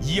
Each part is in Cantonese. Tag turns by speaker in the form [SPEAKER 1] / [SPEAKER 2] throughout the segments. [SPEAKER 1] 以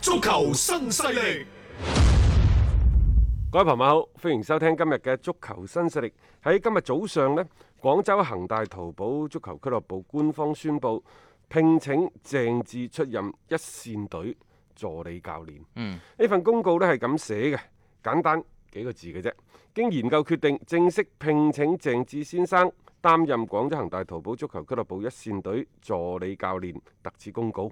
[SPEAKER 1] 足球新勢力，
[SPEAKER 2] 各位朋友好，歡迎收聽今日嘅足球新勢力。喺今日早上呢，廣州恒大淘寶足球俱樂部官方宣布聘請鄭智出任一線隊助理教練。嗯，呢份公告呢係咁寫嘅，簡單幾個字嘅啫。經研究決定，正式聘請鄭智先生擔任廣州恒大淘寶足球俱樂部一線隊助理教練，特此公告。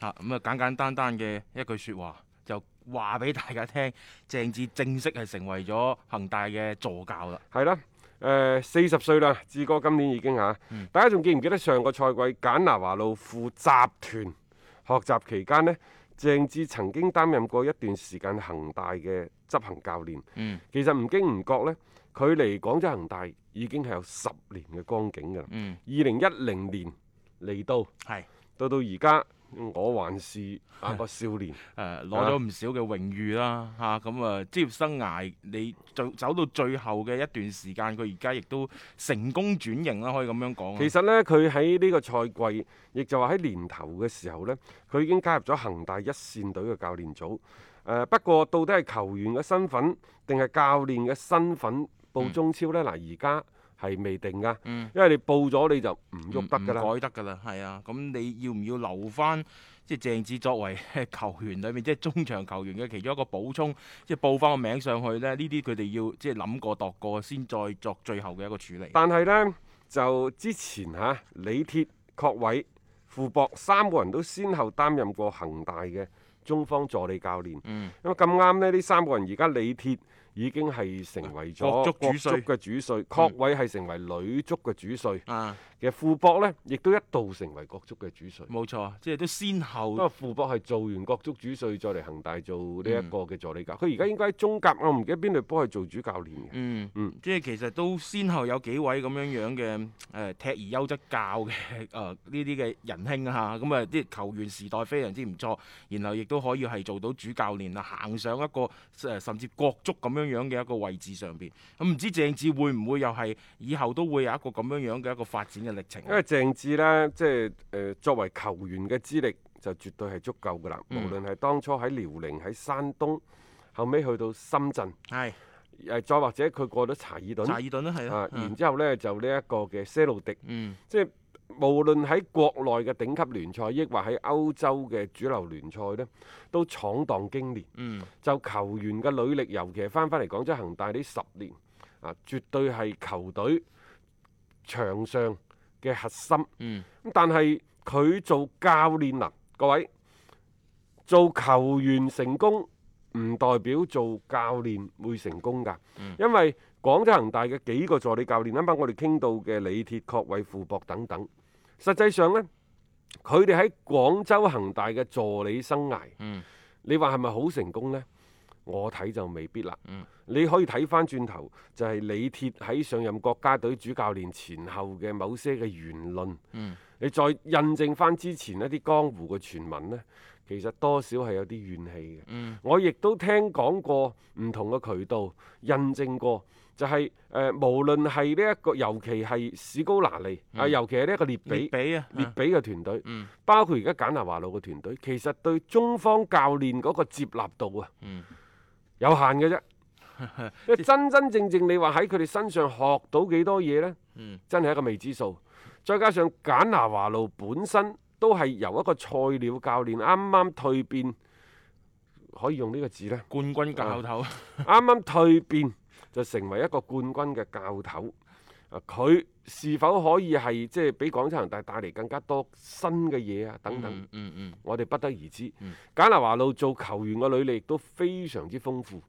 [SPEAKER 3] 啊，咁啊簡簡單單嘅一句説話，就話俾大家聽，鄭智正式係成為咗恒大嘅助教啦。
[SPEAKER 2] 係啦，誒四十歲啦，志哥今年已經嚇，
[SPEAKER 3] 嗯
[SPEAKER 2] 大家仲記唔記得上個賽季簡拿華路赴集團學習期間呢？鄭智曾經擔任過一段時間恒大嘅執行教練。
[SPEAKER 3] 嗯
[SPEAKER 2] 其實唔經唔覺呢，佢離廣州恒大已經係有十年嘅光景㗎啦。
[SPEAKER 3] 嗯，
[SPEAKER 2] 二零一零年嚟到，
[SPEAKER 3] 係
[SPEAKER 2] 到到而家，我還是 啊個少年。
[SPEAKER 3] 誒
[SPEAKER 2] 啊
[SPEAKER 3] 攞咗唔少嘅榮譽啦，嚇咁啊職業生涯你走走到最後嘅一段時間，佢而家亦都成功轉型啦，可以咁樣講啊。
[SPEAKER 2] 其實呢，佢喺呢個賽季，亦就話喺年頭嘅時候呢，佢已經加入咗恒大一線隊嘅教練組。誒、不過到底係球員嘅身份定係教練嘅身份報中超呢？嗱、而家係未定噶，
[SPEAKER 3] 嗯
[SPEAKER 2] 因為你報咗你就唔喐得㗎啦。
[SPEAKER 3] 唔改得㗎啦，係啊。咁你要唔要留翻即係鄭智作為球員裏面即係中場球員嘅其中一個補充，即係報翻個名上去咧？呢啲佢哋要即係諗過度過先再作最後嘅一個處理。
[SPEAKER 2] 但係呢，就之前嚇、李鐵、郭偉、傅博三個人都先後擔任過恒大嘅中方助理教練。
[SPEAKER 3] 嗯，
[SPEAKER 2] 因為咁啱呢，呢三個人而家李鐵已經係成為咗
[SPEAKER 3] 國足主帥
[SPEAKER 2] 嘅主
[SPEAKER 3] 嗯
[SPEAKER 2] 帥，確位係成為女足嘅主帥。
[SPEAKER 3] 啊，
[SPEAKER 2] 其實傅博呢，亦都一度成為國足嘅主帥。
[SPEAKER 3] 冇錯，即係都先
[SPEAKER 2] 不
[SPEAKER 3] 後
[SPEAKER 2] 過傅博係做完國足主帥，再嚟恒大做呢
[SPEAKER 3] 嗯
[SPEAKER 2] 一個嘅助理教。佢而家應該喺中甲，我唔記得邊隊波係做主教練嘅。
[SPEAKER 3] 嗯，
[SPEAKER 2] 嗯
[SPEAKER 3] 即係其實都先後有幾位咁樣樣嘅誒、呃踢而優則教嘅 誒呢啲嘅仁兄啊，咁啊啲球員時代非常之唔錯，然後亦都可以係做到主教練啊，行上一個誒、呃甚至國足咁樣樣嘅一個位置上邊。咁、唔知鄭智會唔會又係以後都會有一個咁樣樣嘅一個發展嘅歷程啊？
[SPEAKER 2] 因為鄭智呢，即係誒、呃作為球員嘅資歷就絕對係足夠㗎啦。
[SPEAKER 3] 嗯
[SPEAKER 2] 無論係當初喺遼寧、喺山東，後尾去到深圳，
[SPEAKER 3] 係
[SPEAKER 2] 誒、再或者佢過咗查爾頓
[SPEAKER 3] 查。爾頓啦，係
[SPEAKER 2] 啊
[SPEAKER 3] 啦，，
[SPEAKER 2] 然
[SPEAKER 3] 嗯
[SPEAKER 2] 之後呢，就呢一個嘅些路迪，
[SPEAKER 3] 嗯
[SPEAKER 2] 即係無論喺國內嘅頂級聯賽，抑或喺歐洲嘅主流聯賽呢，都闖蕩經年。
[SPEAKER 3] 嗯
[SPEAKER 2] 就球員嘅履歷，尤其係翻返嚟廣州恒大呢十年啊，絕對係球隊場上嘅核心。
[SPEAKER 3] 嗯
[SPEAKER 2] 咁但係佢做教練啊，各位做球員成功唔代表做教練會成功㗎，因為廣州恒大嘅幾個助理教練，啱啱我哋傾到嘅李鐵、郭偉、傅博等等，實際上呢，佢哋喺廣州恒大嘅助理生涯，
[SPEAKER 3] 嗯
[SPEAKER 2] 你話係咪好成功呢？我睇就未必啦。
[SPEAKER 3] 嗯
[SPEAKER 2] 你可以睇翻轉頭，就係、李鐵喺上任國家隊主教練前後嘅某些嘅言論。
[SPEAKER 3] 嗯
[SPEAKER 2] 你再印證翻之前一啲江湖嘅傳聞呢，其實多少係有啲怨氣嘅。
[SPEAKER 3] 嗯
[SPEAKER 2] 我亦都聽講過唔同嘅渠道印證過，就係、誒、無論係呢一個，尤其係史高拿利啊，尤其係呢一個列比
[SPEAKER 3] 嗯列比啊，
[SPEAKER 2] 列
[SPEAKER 3] 啊
[SPEAKER 2] 比嘅團隊，
[SPEAKER 3] 嗯
[SPEAKER 2] 包括而家簡拿華路嘅團隊，其實對中方教練嗰個接納度啊，
[SPEAKER 3] 嗯
[SPEAKER 2] 有限嘅 啫。因為真真正正你話喺佢哋身上學到幾多嘢呢？
[SPEAKER 3] 嗯
[SPEAKER 2] 真係一個未知數。再加上簡拿華路本身都係由一個菜鳥教練啱啱蜕變可以用呢個字呢？
[SPEAKER 3] 冠軍教頭，
[SPEAKER 2] 啱啱蜕變就成為一個冠軍嘅教頭。啊，佢是否可以係即係俾廣州恒大帶嚟更加多新嘅嘢啊？等等，
[SPEAKER 3] 嗯嗯嗯，
[SPEAKER 2] 我哋不得而知。
[SPEAKER 3] 嗯
[SPEAKER 2] 簡拿華路做球員嘅履歷都非常之豐富，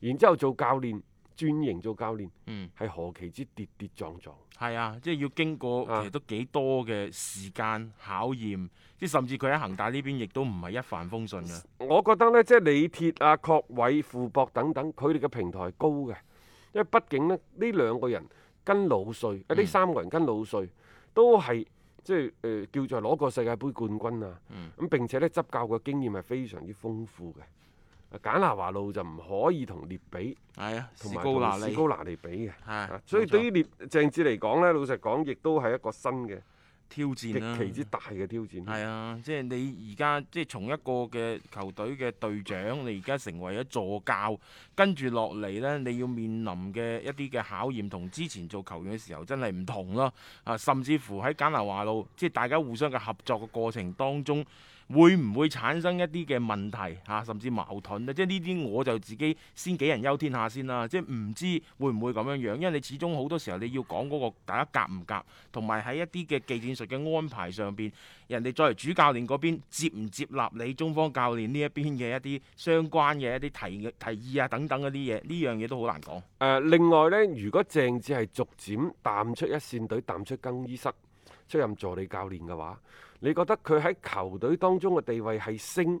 [SPEAKER 2] 然之後做教練轉型做教練，
[SPEAKER 3] 嗯
[SPEAKER 2] 係何其之跌跌撞撞。
[SPEAKER 3] 係啊，即係要經過
[SPEAKER 2] 啊
[SPEAKER 3] 其實都幾多嘅時間考驗，即係甚至佢喺恒大呢邊亦都唔係一帆風順啊嘅。
[SPEAKER 2] 我覺得呢，即係李鐵啊、郭偉、傅博等等，佢哋嘅平台係高嘅，因為畢竟呢，呢兩個人跟老帥，
[SPEAKER 3] 嗯
[SPEAKER 2] 啊呢、三個人跟老帥都係即係誒、呃叫做攞過世界盃冠軍啊，
[SPEAKER 3] 嗯
[SPEAKER 2] 咁、並且呢，執教嘅經驗係非常之豐富嘅。啊簡拿華路就唔可以同列比，
[SPEAKER 3] 係啊，
[SPEAKER 2] 同
[SPEAKER 3] 士
[SPEAKER 2] 埋
[SPEAKER 3] 高拿
[SPEAKER 2] 同史
[SPEAKER 3] 利，
[SPEAKER 2] 高拿嚟比嘅。
[SPEAKER 3] 係
[SPEAKER 2] 啊所以
[SPEAKER 3] 冇錯
[SPEAKER 2] 對於列鄭智嚟講呢，老實講，亦都係一個新嘅
[SPEAKER 3] 挑戰啊啦，
[SPEAKER 2] 極其之大嘅挑戰。
[SPEAKER 3] 係啊，即係你而家即係從一個嘅球隊嘅隊長，你而家成為咗助教，跟住落嚟呢，你要面臨嘅一啲嘅考驗，同之前做球員嘅時候真係唔同咯。啊，甚至乎喺簡拿華路，即係大家互相嘅合作嘅過程當中，會唔會產生一啲嘅問題嚇、啊甚至矛盾咧？即係呢啲我就自己先杞人憂天下先啦。即係唔知會唔會咁樣樣，因為你始終好多時候你要講嗰、個大家夾唔夾，同埋喺一啲嘅技戰術嘅安排上邊，人哋作為主教練嗰邊接唔接納你中方教練呢一邊嘅一啲相關嘅一啲提提議啊等等嗰啲嘢，呢樣嘢都好難講。
[SPEAKER 2] 誒、呃另外呢，如果鄭智係逐漸淡出一線隊、淡出更衣室、出任助理教練嘅話，你覺得佢喺球隊當中嘅地位係升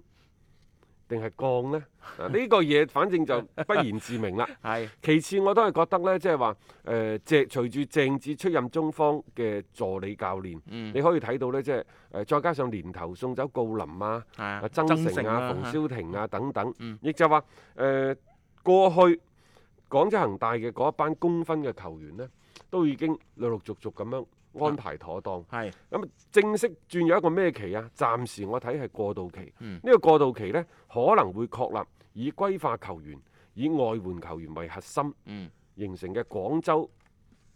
[SPEAKER 2] 定係降呢？啊呢、個嘢反正就 不言自明啦。
[SPEAKER 3] 係
[SPEAKER 2] 其次，我都係覺得呢，即係話誒，鄭隨住鄭智出任中方嘅助理教練，你可以睇到呢，即係誒，再加上年頭送走郜林啊。
[SPEAKER 3] 係啊
[SPEAKER 2] 啊，曾誠啊、馮
[SPEAKER 3] 係
[SPEAKER 2] 蕭霆啊等等
[SPEAKER 3] 嗯，
[SPEAKER 2] 亦就話誒、呃、過去廣州恒大嘅嗰一班公分嘅球員呢，都已經陸陸續續咁樣安排妥當。
[SPEAKER 3] 係
[SPEAKER 2] 咁啊正式轉有一個咩期啊？暫時我睇係過渡期。呢、
[SPEAKER 3] 嗯
[SPEAKER 2] 個過渡期呢，可能會確立以歸化球員、以外援球員為核心
[SPEAKER 3] 嗯
[SPEAKER 2] 形成嘅廣州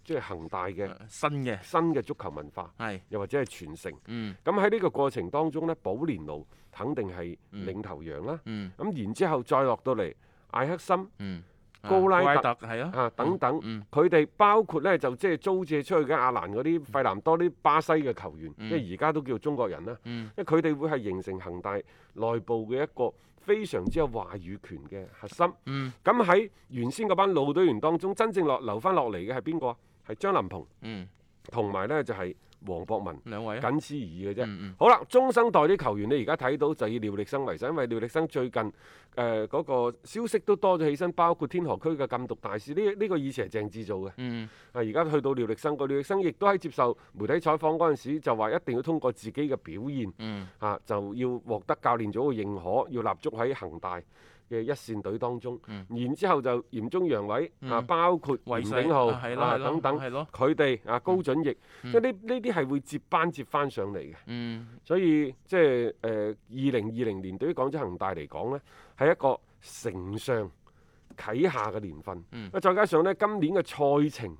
[SPEAKER 2] 即係恒大嘅
[SPEAKER 3] 新嘅
[SPEAKER 2] 新嘅足球文化，
[SPEAKER 3] 係
[SPEAKER 2] 又或者係傳承。
[SPEAKER 3] 嗯
[SPEAKER 2] 咁喺呢個過程當中呢，保連奴肯定係領頭羊啦。
[SPEAKER 3] 嗯。
[SPEAKER 2] 咁然之後再落到嚟艾克森
[SPEAKER 3] 嗯，
[SPEAKER 2] 高拉特
[SPEAKER 3] 特係啊，
[SPEAKER 2] 啊等等
[SPEAKER 3] 嗯，
[SPEAKER 2] 佢哋、包括呢就即係租借出去嘅亞蘭嗰啲費南多呢啲巴西嘅球員，即係而家都叫中國人啦。
[SPEAKER 3] 嗯
[SPEAKER 2] 因為佢哋會係形成恒大內部嘅一個非常之有話語權嘅核心。
[SPEAKER 3] 嗯
[SPEAKER 2] 咁喺原先嗰班老隊員當中，真正落留翻落嚟嘅係邊個啊？係張林鵬
[SPEAKER 3] 嗯，
[SPEAKER 2] 同埋呢就係、黃博文。
[SPEAKER 3] 兩位啊，
[SPEAKER 2] 僅此而已嘅啫。
[SPEAKER 3] 嗯嗯
[SPEAKER 2] 好啦，中生代啲球員你而家睇到就以廖力生為首，因為廖力生最近誒呃嗰、個消息都多咗起身，包括天河區嘅禁毒大使，呢、呢個以前係鄭智做嘅，啊
[SPEAKER 3] 嗯
[SPEAKER 2] 而家去到廖力生，個廖力生亦都喺接受媒體採訪嗰陣時就話一定要通過自己嘅表現
[SPEAKER 3] 嗯
[SPEAKER 2] 啊，就要獲得教練組嘅認可，要立足喺恒大。嘅一線隊當中，
[SPEAKER 3] 嗯
[SPEAKER 2] 然之後就嚴中陽偉啊，
[SPEAKER 3] 嗯
[SPEAKER 2] 包括
[SPEAKER 3] 衛
[SPEAKER 2] 嚴
[SPEAKER 3] 世
[SPEAKER 2] 永浩
[SPEAKER 3] 啊係咯係咯
[SPEAKER 2] 等等
[SPEAKER 3] 係咯，
[SPEAKER 2] 佢哋啊高準翼，即係呢呢啲係會接班接翻上嚟嘅。
[SPEAKER 3] 嗯
[SPEAKER 2] 所以即係誒呃二零二零年對於廣州恒大嚟講呢係一個承上啟下嘅年份。
[SPEAKER 3] 嗯
[SPEAKER 2] 再加上呢今年嘅賽程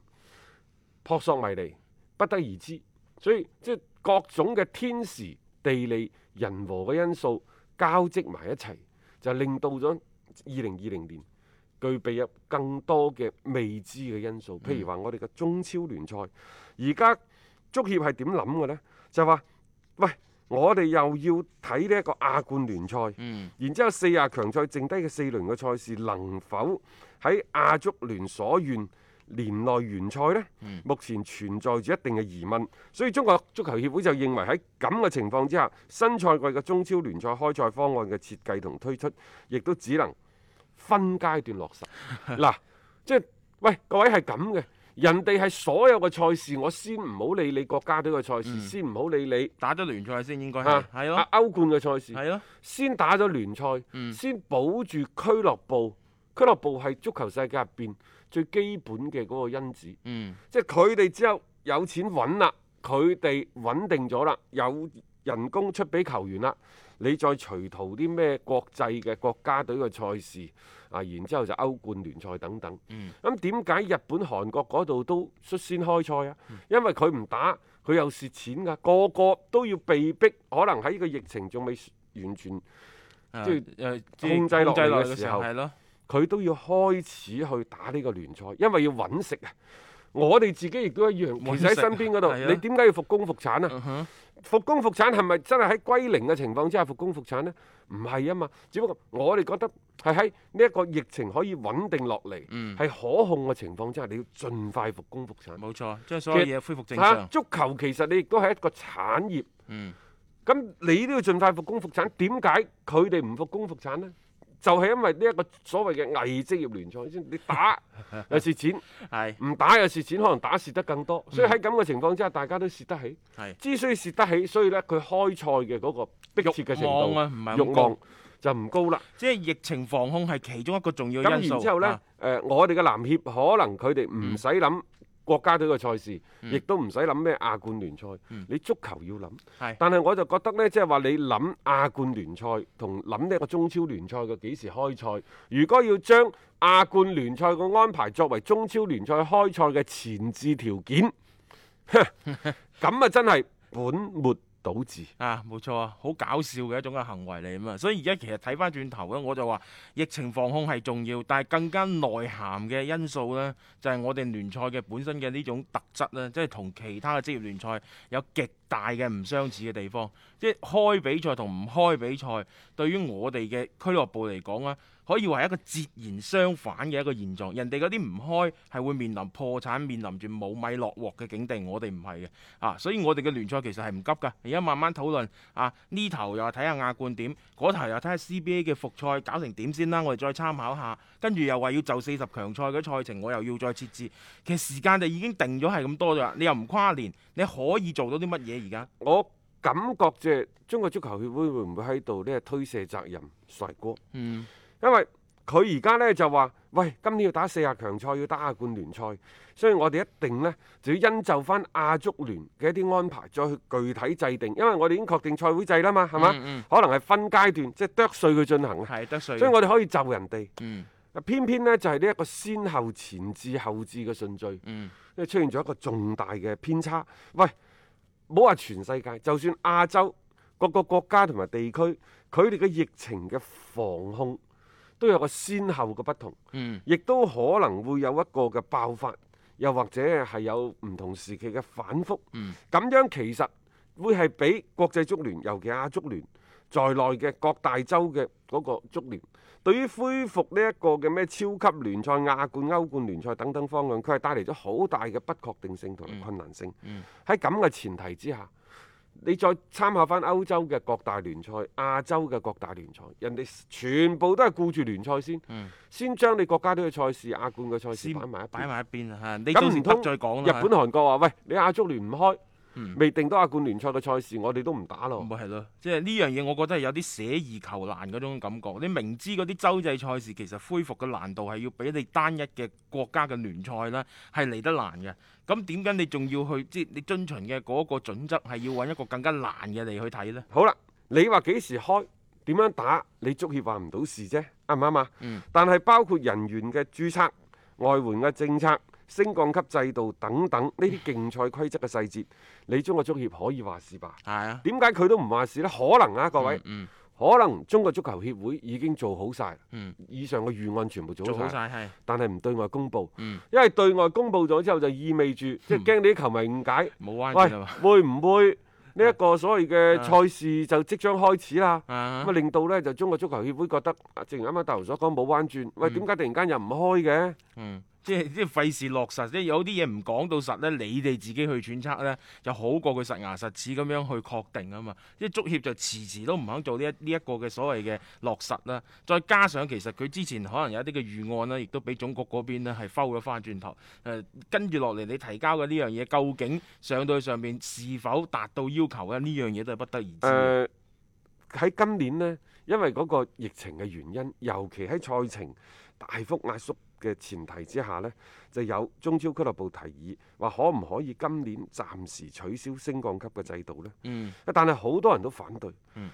[SPEAKER 2] 撲朔迷離，不得而知。所以即係各種嘅天時、地利、人和嘅因素交織埋一齊，就令到咗二零二零年。具備有更多嘅未知嘅因素，譬如話我哋嘅中超聯賽，而家足協係點諗嘅呢？就話喂，我哋又要睇呢一個亞冠聯賽，
[SPEAKER 3] 嗯
[SPEAKER 2] 然之後四十強賽剩低嘅四輪嘅賽事能否喺亞足聯所願年內完賽呢？目前存在住一定嘅疑問，所以中國足球協會就認為喺咁嘅情況之下，新賽季嘅中超聯賽開賽方案嘅設計同推出，亦都只能分階段落實。嗱，即係喂各位係咁嘅。人哋係所有嘅賽事，我先唔好理你國家隊嘅賽事，先唔好理你
[SPEAKER 3] 打咗聯賽先應該係
[SPEAKER 2] 啊，
[SPEAKER 3] 係
[SPEAKER 2] 啊
[SPEAKER 3] 咯
[SPEAKER 2] 歐冠嘅賽事，
[SPEAKER 3] 係咯，
[SPEAKER 2] 先打咗聯賽，
[SPEAKER 3] 嗯
[SPEAKER 2] 先保住俱樂部。俱樂部係足球世界入邊最基本嘅嗰個因子，
[SPEAKER 3] 嗯
[SPEAKER 2] 即係佢哋之後有錢揾啦，佢哋穩定咗啦，有人工出俾球員啦，你再隨圖啲咩國際嘅國家隊嘅賽事啊，然之後就歐冠聯賽等等。
[SPEAKER 3] 嗯
[SPEAKER 2] 咁點解日本、韓國嗰度都率先開賽啊？因為佢唔打，佢又蝕錢㗎，個個都要被逼，可能喺呢個疫情仲未完全
[SPEAKER 3] 啊
[SPEAKER 2] 即係
[SPEAKER 3] 誒
[SPEAKER 2] 控制落嚟嘅
[SPEAKER 3] 嘅
[SPEAKER 2] 時候
[SPEAKER 3] 係咯，
[SPEAKER 2] 佢都要開始去打呢個聯賽，因為要揾食啊！我哋自己亦都一樣，
[SPEAKER 3] 揾
[SPEAKER 2] 其實喺
[SPEAKER 3] 食
[SPEAKER 2] 身邊嗰度，
[SPEAKER 3] 係啊
[SPEAKER 2] 你點解要復工復產啊？
[SPEAKER 3] 嗯哼
[SPEAKER 2] 復工復產係咪真係喺歸零嘅情況之下復工復產呢？唔係啊嘛，只不過我哋覺得係喺呢一個疫情可以穩定落嚟，係、
[SPEAKER 3] 嗯
[SPEAKER 2] 可控嘅情況之下，你要盡快復工復產。
[SPEAKER 3] 冇錯，將所有嘢恢復正
[SPEAKER 2] 啊
[SPEAKER 3] 常。
[SPEAKER 2] 足球其實你亦都係一個產業，
[SPEAKER 3] 嗯，
[SPEAKER 2] 咁你都要盡快復工復產。點解佢哋唔復工復產呢？就係、因為呢一個所謂嘅偽職業聯賽先，你打有蝕錢，
[SPEAKER 3] 係
[SPEAKER 2] 唔打有蝕錢，可能打蝕得更多。所以喺咁嘅情況之下，大家都蝕得起。
[SPEAKER 3] 係
[SPEAKER 2] 之所以蝕得起，所以呢，佢開賽嘅嗰個迫切嘅程
[SPEAKER 3] 欲望啊唔係
[SPEAKER 2] 度，
[SPEAKER 3] 咁
[SPEAKER 2] 欲
[SPEAKER 3] 高
[SPEAKER 2] 望就唔高啦。
[SPEAKER 3] 即係疫情防控係其中一個重要
[SPEAKER 2] 咁
[SPEAKER 3] 因素。
[SPEAKER 2] 然之後呢，誒、
[SPEAKER 3] 啊嗯
[SPEAKER 2] 我哋嘅籃協可能佢哋唔使諗國家隊嘅賽事，亦都唔使諗咩亞冠聯賽。你足球要諗，
[SPEAKER 3] 嗯係
[SPEAKER 2] 但係我就覺得呢，即係話你諗亞冠聯賽同諗呢個中超聯賽嘅幾時開賽，如果要將亞冠聯賽嘅安排作為中超聯賽開賽嘅前置條件，咁啊真係本末倒置。
[SPEAKER 3] 啊，冇錯啊，好搞笑嘅一種嘅行為嚟啊嘛，所以而家其實睇翻轉頭咧，我就話疫情防控係重要，但係更加內涵嘅因素呢，就係、我哋聯賽嘅本身嘅呢種特質咧，即係同其他嘅職業聯賽有極大嘅唔相似嘅地方，即係開比賽同唔開比賽，對於我哋嘅俱樂部嚟講啊，可以話係一個截然相反嘅一個現狀。人哋嗰啲唔開係會面臨破產，面臨住冇米落鑊嘅境地，我哋唔係嘅。啊，所以我哋嘅聯賽其實係唔急㗎，而家慢慢討論啊，呢頭又話睇下亞冠點，嗰頭又睇下 CBA 嘅復賽搞成點先啦，我哋再參考下，跟住又話要就四十強賽嘅賽程，我又要再設置，其實時間就已經定咗係咁多咗啦，你又唔跨年，你可以做到啲乜嘢而家？
[SPEAKER 2] 我感覺即係中國足球協會會唔會喺度呢推卸責任甩鍋？
[SPEAKER 3] 嗯，
[SPEAKER 2] 因為佢而家呢就話：喂，今年要打四十強賽，要打亞冠聯賽，所以我哋一定呢就要因就翻亞足聯嘅一啲安排，再去具體制定。因為我哋已經確定賽會制啦嘛，係嘛？
[SPEAKER 3] 嗯
[SPEAKER 2] 可能係分階段，即係剁碎佢進行啊。
[SPEAKER 3] 係得税，
[SPEAKER 2] 所以我哋可以就人哋，
[SPEAKER 3] 嗯
[SPEAKER 2] 偏偏呢就係呢一個先後前置後置嘅順序。
[SPEAKER 3] 嗯
[SPEAKER 2] 因為出現咗一個重大嘅偏差。喂，唔好話全世界，就算亞洲各個國家同埋地區，佢哋嘅疫情嘅防控都有個先後嘅不同，
[SPEAKER 3] 嗯
[SPEAKER 2] 亦都可能會有一個嘅爆發，又或者係有唔同時期嘅反覆。咁、
[SPEAKER 3] 嗯
[SPEAKER 2] 樣其實會係俾國際足聯，尤其亞足聯在內嘅各大洲嘅嗰個足聯。對於恢復呢一個嘅咩超級聯賽、亞冠、歐冠聯賽等等方向，佢係帶嚟咗好大嘅不確定性同埋困難性
[SPEAKER 3] 嗯。
[SPEAKER 2] 喺咁嘅前提之下，你再參考翻歐洲嘅各大聯賽、亞洲嘅各大聯賽，人哋全部都係顧住聯賽先，
[SPEAKER 3] 嗯
[SPEAKER 2] 先將你國家隊嘅賽事、亞冠嘅賽事
[SPEAKER 3] 先
[SPEAKER 2] 擺埋一
[SPEAKER 3] 擺
[SPEAKER 2] 邊。
[SPEAKER 3] 埋一邊啊，嚇你到
[SPEAKER 2] 咁
[SPEAKER 3] 時
[SPEAKER 2] 唔
[SPEAKER 3] 得
[SPEAKER 2] 通
[SPEAKER 3] 再講
[SPEAKER 2] 日
[SPEAKER 3] 啦。
[SPEAKER 2] 本、韓國話：喂，你亞足聯唔開
[SPEAKER 3] 嗯，
[SPEAKER 2] 未定到亞冠聯賽嘅賽事，我哋都唔打咯。
[SPEAKER 3] 咪係咯，即係呢樣嘢，我覺得係有啲捨易求難嗰種感覺。你明知嗰啲洲際賽事其實恢復嘅難度係要比你單一嘅國家嘅聯賽啦，係嚟得難嘅。咁點解你仲要去即係你遵循嘅嗰個準則係要揾一個更加難嘅嚟去睇呢？
[SPEAKER 2] 好啦，你話幾時開？點樣打？你足協話唔到事啫，啱唔啱啊？
[SPEAKER 3] 嗯
[SPEAKER 2] 但係包括人員嘅註冊、外援嘅政策、升降級制度等等呢啲競賽規則嘅細節，你中國足協可以話事吧？
[SPEAKER 3] 係啊，
[SPEAKER 2] 點解佢都唔話事呢？可能啊，各位，
[SPEAKER 3] 嗯
[SPEAKER 2] 可能中國足球協會已經做好晒
[SPEAKER 3] 嗯，
[SPEAKER 2] 以上嘅預案，全部做
[SPEAKER 3] 做
[SPEAKER 2] 好
[SPEAKER 3] 好
[SPEAKER 2] 晒，
[SPEAKER 3] 晒係，
[SPEAKER 2] 但係唔對外公佈，
[SPEAKER 3] 嗯
[SPEAKER 2] 因為對外公佈咗之後就意味 住即係驚你啲球迷誤解。
[SPEAKER 3] 冇彎
[SPEAKER 2] 喂
[SPEAKER 3] 轉啊嘛，，
[SPEAKER 2] 會唔會呢一個所謂嘅賽事就即將開始啦？
[SPEAKER 3] 啊
[SPEAKER 2] 咁啊，令到呢，就中國足球協會覺得，啊正如啱啱大雄所講冇彎轉，喂點解突然間又唔開嘅？
[SPEAKER 3] 嗯，即係即係費事落實，即係有啲嘢唔講到實咧，你哋自己去揣測咧，就好過佢實牙實齒咁樣去確定啊嘛。即係足協就遲遲都唔肯做呢一呢一個嘅所謂嘅落實啦。再加上其實佢之前可能有一啲嘅預案啦，亦都俾總局嗰邊咧係摟咗翻轉頭。誒、跟住落嚟你提交嘅呢樣嘢，究竟上到去上面是否達到要求咧？呢樣嘢都係不得而知。
[SPEAKER 2] 誒呃喺今年呢，因為嗰個疫情嘅原因，尤其喺賽程大幅壓縮嘅前提之下呢，就有中超俱樂部提議話可唔可以今年暫時取消升降級嘅制度呢？
[SPEAKER 3] 嗯
[SPEAKER 2] 但係好多人都反對，
[SPEAKER 3] 嗯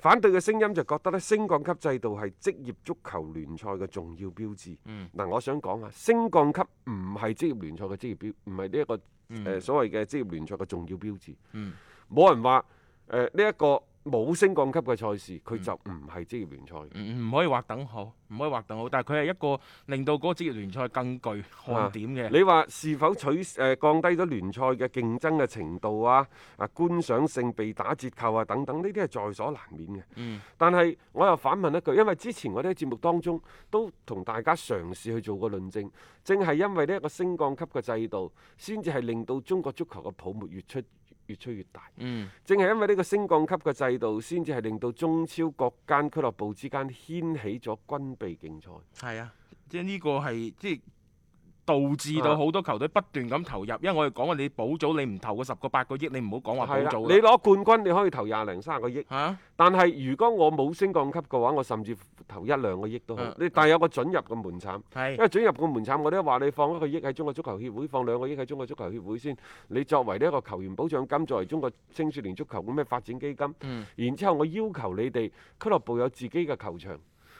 [SPEAKER 2] 反對嘅聲音就覺得咧升降級制度係職業足球聯賽嘅重要標誌。嗱、
[SPEAKER 3] 嗯
[SPEAKER 2] 我想講啊，升降級唔係職業聯賽嘅職業標，唔係呢一個誒、呃所謂嘅職業聯賽嘅重要標誌。
[SPEAKER 3] 嗯
[SPEAKER 2] 冇人話誒呢一個冇升降級嘅賽事，佢就唔係職業聯賽。
[SPEAKER 3] 唔唔可以劃等號，唔可以劃等號，但係佢係一個令到嗰個職業聯賽更具看點嘅。
[SPEAKER 2] 啊你話是否取誒、呃降低咗聯賽嘅競爭嘅程度啊？啊，觀賞性被打折扣啊，等等，呢啲係在所難免嘅。
[SPEAKER 3] 嗯
[SPEAKER 2] 但係我又反問一句，因為之前我哋喺節目當中都同大家嘗試去做過論證，正係因為呢一個升降級嘅制度，先至係令到中國足球嘅泡沫越出越吹越大。
[SPEAKER 3] 嗯
[SPEAKER 2] 正係因為呢個升降級嘅制度，先至係令到中超各間俱樂部之間掀起咗軍備競賽。
[SPEAKER 3] 係啊，即係呢個係即係導致到
[SPEAKER 2] 啊
[SPEAKER 3] 好多球隊不斷咁投入，因為我哋講話你補組你唔投個十個八個億，你唔好講話
[SPEAKER 2] 係
[SPEAKER 3] 補
[SPEAKER 2] 啦，
[SPEAKER 3] 組啊
[SPEAKER 2] 你
[SPEAKER 3] 啦。
[SPEAKER 2] 攞冠軍你可以投廿零三十個億，
[SPEAKER 3] 嚇、啊，
[SPEAKER 2] 但係如果我冇升降級嘅話，我甚至投一兩個億都好。
[SPEAKER 3] 嗯
[SPEAKER 2] 你但係有個準入嘅門檻。因
[SPEAKER 3] 係
[SPEAKER 2] 為准入個門檻，我都話你放一個億喺中國足球協會，放兩個億喺中國足球協會先。你作為呢一個球員保障金，作為中國青少年足球咁嘅發展基金，
[SPEAKER 3] 嗯
[SPEAKER 2] 然之後我要求你哋俱樂部有自己嘅球場。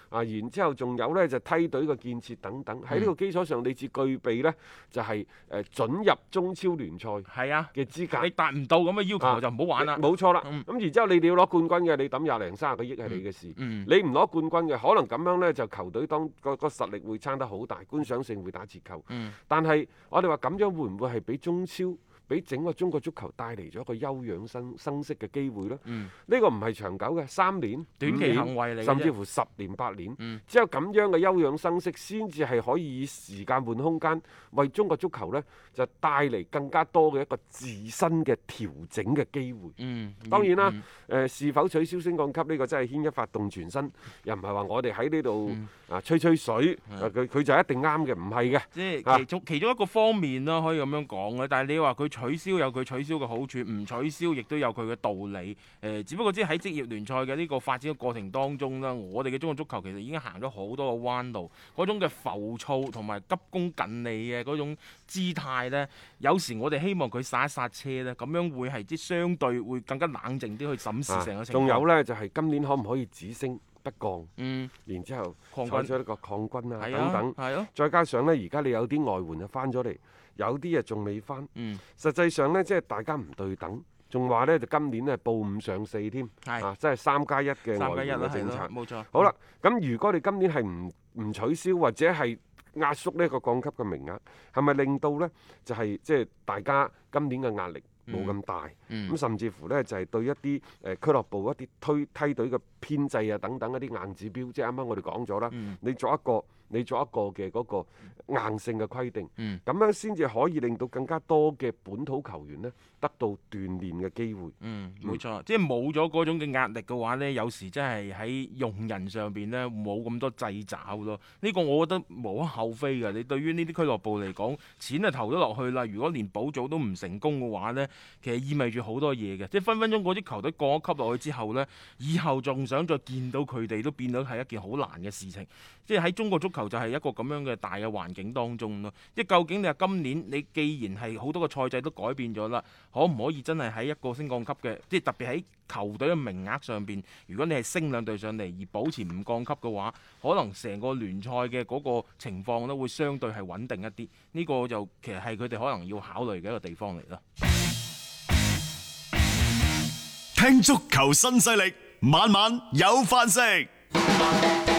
[SPEAKER 2] 啊，然之後仲有呢，就梯隊嘅建設等等，喺呢
[SPEAKER 3] 嗯
[SPEAKER 2] 個基礎上，你至具備呢，就係、誒準入中超聯賽
[SPEAKER 3] 係啊，
[SPEAKER 2] 嘅資格
[SPEAKER 3] 你。達唔到咁嘅要
[SPEAKER 2] 啊
[SPEAKER 3] 求就唔好玩啦。
[SPEAKER 2] 冇錯啦。
[SPEAKER 3] 嗯
[SPEAKER 2] 咁然之後你哋要攞冠軍嘅，你抌廿零三十個億係你嘅事。
[SPEAKER 3] 嗯
[SPEAKER 2] 你唔攞冠軍嘅，可能咁樣呢，就球隊當個個實力會差得好大，觀賞性會打折扣。
[SPEAKER 3] 嗯
[SPEAKER 2] 但係我哋話咁樣會唔會係俾中超、俾整個中國足球帶嚟咗一個休養生生息嘅機會呢？
[SPEAKER 3] 嗯
[SPEAKER 2] 呢個唔係長久嘅，三年、
[SPEAKER 3] 短期
[SPEAKER 2] 五年
[SPEAKER 3] 行為嚟嘅啫
[SPEAKER 2] 甚至乎十年八年。
[SPEAKER 3] 嗯
[SPEAKER 2] 只有咁樣嘅休養生息，先至係可以以時間換空間，為中國足球呢就帶嚟更加多嘅一個自身嘅調整嘅機會。
[SPEAKER 3] 嗯，
[SPEAKER 2] 當然啦
[SPEAKER 3] 嗯，
[SPEAKER 2] 誒、是否取消升降級呢個真係牽一發動全 身，又唔係話我哋喺呢度
[SPEAKER 3] 嗯
[SPEAKER 2] 啊吹吹水，啊佢佢就一定啱嘅，唔係嘅。
[SPEAKER 3] 即
[SPEAKER 2] 啊
[SPEAKER 3] 係其中其中一個方面啦，可以咁樣講嘅。但係你話佢取消有佢取消嘅好處，唔取消亦都有佢嘅道理。誒、只呃不過即係喺職業聯賽嘅呢個發展嘅過程當中啦，我哋嘅中國足球其實已經行咗好多個彎路，嗰種嘅浮躁同埋急功近利啊嘅嗰種姿態呢，有時我哋希望佢剎一剎車呢，咁樣會係即係相對會更加冷靜啲去審視成個
[SPEAKER 2] 啊
[SPEAKER 3] 情況。
[SPEAKER 2] 仲有呢，就係、今年可唔可以只升不降？
[SPEAKER 3] 嗯，
[SPEAKER 2] 然之後
[SPEAKER 3] 抗
[SPEAKER 2] 採
[SPEAKER 3] 軍
[SPEAKER 2] 取一個抗軍啊
[SPEAKER 3] 係
[SPEAKER 2] 等
[SPEAKER 3] 啊
[SPEAKER 2] 等，。
[SPEAKER 3] 係啊，
[SPEAKER 2] 再加上呢，而家你有啲外援就翻咗嚟，有啲啊仲未翻。
[SPEAKER 3] 嗯，
[SPEAKER 2] 實際上呢，即係大家唔對等，仲話呢，就今年呢報五上四添，
[SPEAKER 3] 係
[SPEAKER 2] 啊，即係三加一嘅
[SPEAKER 3] 三加
[SPEAKER 2] 外
[SPEAKER 3] 一
[SPEAKER 2] 援
[SPEAKER 3] 啦，
[SPEAKER 2] 嘅
[SPEAKER 3] 係
[SPEAKER 2] 政
[SPEAKER 3] 啦
[SPEAKER 2] 策，。
[SPEAKER 3] 冇錯。
[SPEAKER 2] 好啦，咁如果你今年係唔唔取消或者係壓縮呢一個降級嘅名額，係咪令到呢？就係即係大家今年嘅壓力冇咁大？咁、
[SPEAKER 3] 嗯，
[SPEAKER 2] 甚至乎呢，就係、對一啲誒、呃、俱樂部一啲推梯隊嘅編制啊等等一啲硬指標，即係啱啱我哋講咗啦，
[SPEAKER 3] 嗯
[SPEAKER 2] 你做一個你做一個嘅嗰個硬性嘅規定，咁、
[SPEAKER 3] 嗯
[SPEAKER 2] 樣先至可以令到更加多嘅本土球員呢得到鍛鍊嘅機會。
[SPEAKER 3] 嗯，冇錯，即係冇咗嗰種嘅壓力嘅話呢，有時真係喺用人上邊呢，冇咁多掣肘咯。呢、個我覺得無可厚非嘅。你對於呢啲俱樂部嚟講，錢啊投咗落去啦，如果連保組都唔成功嘅話呢，其實意味住好多嘢嘅。即係分分鐘嗰啲球隊降咗級落去之後呢，以後仲想再見到佢哋都變到係一件好難嘅事情。即係喺中國足球就係一個咁樣嘅大嘅環境當中咯。即係究竟你話今年你既然係好多個賽制都改變咗啦，可唔可以真係喺一個升降級嘅，即係特別喺球隊嘅名額上邊，如果你係升兩隊上嚟而保持唔降級嘅話，可能成個聯賽嘅嗰個情況咧會相對係穩定一啲。呢、個就其實係佢哋可能要考慮嘅一個地方嚟啦。
[SPEAKER 4] 聽足球新勢力，晚晚有飯食。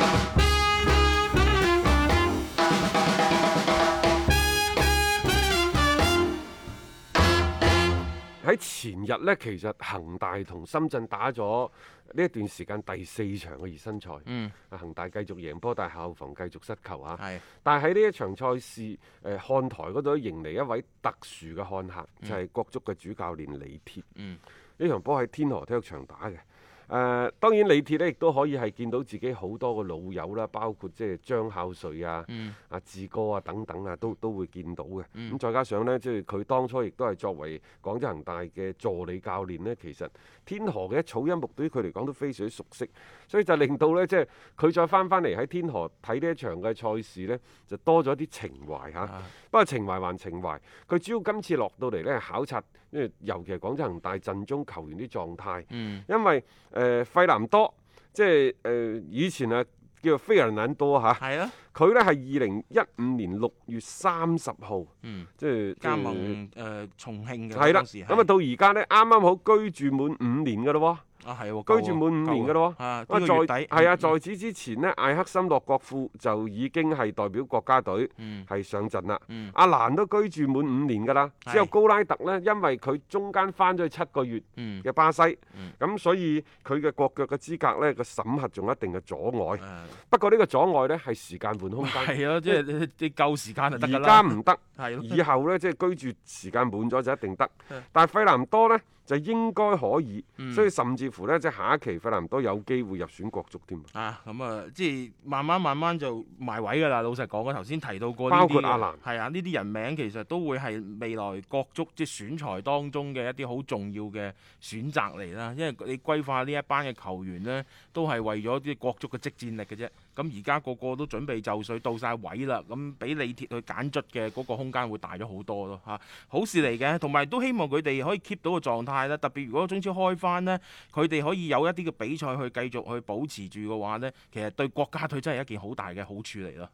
[SPEAKER 2] 喺前日呢，其實恒大同深圳打咗呢一段時間第四場嘅熱身賽。
[SPEAKER 3] 嗯，
[SPEAKER 2] 啊恒大繼續贏波，但係後防繼續失球啊！
[SPEAKER 3] 係，
[SPEAKER 2] 但係喺呢一場賽事，誒、漢台嗰度迎嚟一位特殊嘅漢客，就係、國足嘅主教練李鐵。
[SPEAKER 3] 嗯，
[SPEAKER 2] 呢場波喺天河體育場打嘅。誒、當然李鐵呢亦都可以係見到自己好多個老友啦，包括即係張孝瑞啊、
[SPEAKER 3] 嗯
[SPEAKER 2] 阿志哥啊等等啊，都都會見到嘅。咁、再加上呢，即係佢當初亦都係作為廣州恒大嘅助理教練呢，其實天河嘅一草一木對於佢嚟講都非常之熟悉，所以就令到呢，即係佢再翻翻嚟喺天河睇呢一場嘅賽事呢，就多咗啲情懷嚇。
[SPEAKER 3] 啊
[SPEAKER 2] 不過情懷還情懷，佢主要今次落到嚟呢，考察，因為尤其係廣州恒大陣中球員啲狀態。
[SPEAKER 3] 嗯，
[SPEAKER 2] 因為誒、呃、費南多即係誒、呃以前啊叫做菲爾南多嚇，
[SPEAKER 3] 係啊，
[SPEAKER 2] 佢呢係二零一五年六月三十號
[SPEAKER 3] 嗯，
[SPEAKER 2] 即係呃
[SPEAKER 3] 加嗯盟誒、重慶嘅
[SPEAKER 2] 係啦，啊
[SPEAKER 3] 當時
[SPEAKER 2] 咁啊到而家呢，啱啱好居住滿五年㗎咯
[SPEAKER 3] 啊係喎，
[SPEAKER 2] 居住滿五年㗎咯喎
[SPEAKER 3] 啊
[SPEAKER 2] 啊
[SPEAKER 3] 呢個月底
[SPEAKER 2] 係啊，在此之前呢，艾克森洛國富就已經係代表國家隊
[SPEAKER 3] 嗯
[SPEAKER 2] 係上陣啦。
[SPEAKER 3] 嗯
[SPEAKER 2] 阿蘭都居住滿五年㗎啦，
[SPEAKER 3] 係
[SPEAKER 2] 只有高拉特呢，因為佢中間翻咗去七個月
[SPEAKER 3] 嗯
[SPEAKER 2] 嘅巴西，咁、
[SPEAKER 3] 嗯
[SPEAKER 2] 所以佢嘅國腳嘅資格呢，個審核仲有一定嘅阻礙。
[SPEAKER 3] 誒
[SPEAKER 2] 不過呢個阻礙呢，係時間換空間，
[SPEAKER 3] 嗯係啊咯，即係你你夠時間就得㗎
[SPEAKER 2] 而
[SPEAKER 3] 啦
[SPEAKER 2] 家，唔得。
[SPEAKER 3] 係咯，
[SPEAKER 2] 以後呢，即係居住時間滿咗就一定得
[SPEAKER 3] 係。
[SPEAKER 2] 但係費南多呢，就應該可以，
[SPEAKER 3] 嗯
[SPEAKER 2] 所以甚至乎呢，即係下一期費南多有機會入選國足添。
[SPEAKER 3] 啊，咁啊，即係慢慢慢慢就埋位㗎啦。老實講，啊我頭先提到過呢
[SPEAKER 2] 包
[SPEAKER 3] 啲
[SPEAKER 2] 括
[SPEAKER 3] 嘅
[SPEAKER 2] 阿蘭
[SPEAKER 3] 係啊，呢啲人名其實都會係未來國足即係選材當中嘅一啲好重要嘅選擇嚟啦。因為你規劃呢一班嘅球員呢，都係為咗啲國足嘅即戰力嘅啫。咁而家個個都準備就緒到晒位啦，咁俾李鐵去揀卒嘅嗰個空間會大咗好多咯嚇、好事嚟嘅，同埋都希望佢哋可以 keep 到個狀態啦。特別如果中超開翻呢，佢哋可以有一啲嘅比賽去繼續去保持住嘅話呢，其實對國家隊真係一件好大嘅好處嚟咯。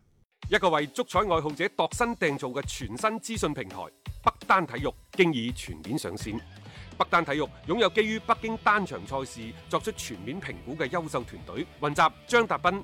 [SPEAKER 2] 一個為足彩愛好者度身訂造嘅全新資訊平台北單體育，經已全面上線。北單體育擁有基於北京單場賽事作出全面評估嘅優秀團隊，雲集張達斌、